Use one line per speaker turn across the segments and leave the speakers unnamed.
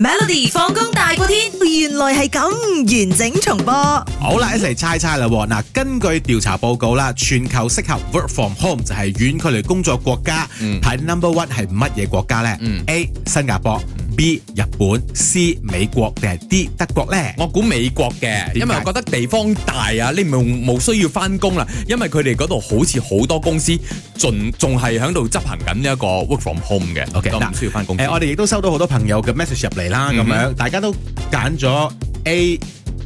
Melody 放工大過天，原來係咁完整重播。
好啦，一齊猜猜啦喎。嗱，根據調查報告啦，全球適合 work from home 就係遠距離工作國家，排 number one 係乜嘢國家呢
嗯
a 新加坡，B 日本，C 美國定係 D 德國呢？
我估美國嘅，因為我覺得地方大啊，你冇冇需要翻工啦，因為佢哋嗰度好似好多公司仲仲係喺度執行緊呢一個 work from home 嘅
OK，
咁
嗱
唔需要翻工。
誒，我哋亦都收到好多朋友嘅 message 入嚟啦，咁
嗯哼
樣大家都揀咗 A、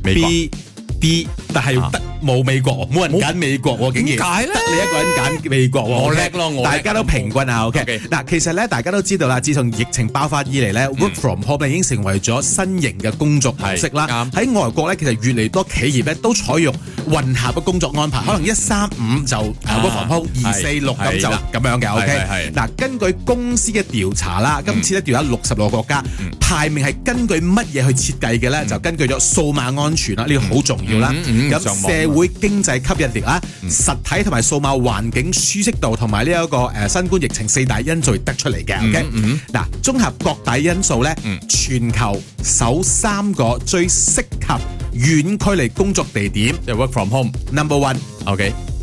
美國
B、D，但係
啊
得冇美國喎，冇人
冇
揀美國喎，竟然
點解呢
得你一個人揀美國喎，
我叻咯我叻
大家都平均啊，OK。
OK
嗱，其實咧大家都知道啦，自從疫情爆發以嚟咧，work from home 咧已經成為咗新型嘅工作模式啦
係。
喺外國咧，其實越嚟越多企業咧都採用混合嘅工作安排，可能一三五就
啊
work from home，二四六咁
係
就
啦
咁樣嘅
係係
，OK
係。
嗱，根據公司嘅調查啦，今次咧調查六十個國家，排名係根據乜嘢去設計嘅咧？就根據咗數碼安全啦，呢個好重要啦
嗯嗯。嗯
咁
上網啊
社會經濟吸引力啦、實體同埋數碼環境舒適度同埋呢一個誒新冠疫情四大因素得出嚟嘅。OK，嗱，綜合各大因素咧
嗯，
全球首三個最適合遠距離工作地點
即係 work from home，OK？
，Number one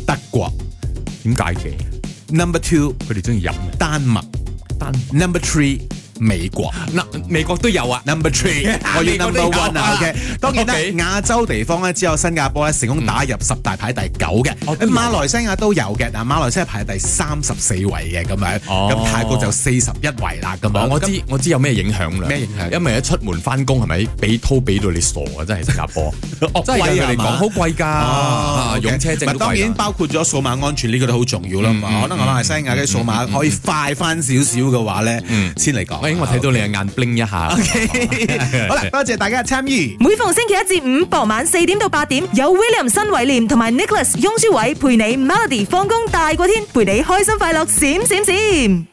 德國
點解嘅？
，Number two
佢哋中意飲嘅
丹麥
單。
，Number three 美國。
嗱，美國都有啊。
Number three，我要 number one 啊，OK。當然啦，
OK 嗯
亞洲地方咧只有新加坡咧成功打入十大排第九嘅，呃
哦都有
馬來西亞都有嘅，嗱馬來西亞排第三十四位嘅咁樣，
哦
咁泰國就四十一位啦咁
我
樣。
我知我知有咩影響啦，
咩影響
因為一出門翻工係咪俾刀俾到你傻啊？真係新 加坡，真係有
貴啊
人
嘛
講好貴㗎，
哦
啊，
OK
用車證
咪
都
當
貴
然
啦。
包括咗數碼安全呢個都好重要啦嘛
嗯嗯，嗯
可能馬來西亞嘅數碼可以快翻少少嘅話咧，先嚟講。
喂，我睇到你嘅眼 bling 一下。
好 啦，多謝大家嘅參與。
每逢星期一至五傍晚四點到八點，有 William 新偉廉同埋 Nicholas 雍舒偉陪你 Melody 放工大過天，陪你開心快樂閃閃閃。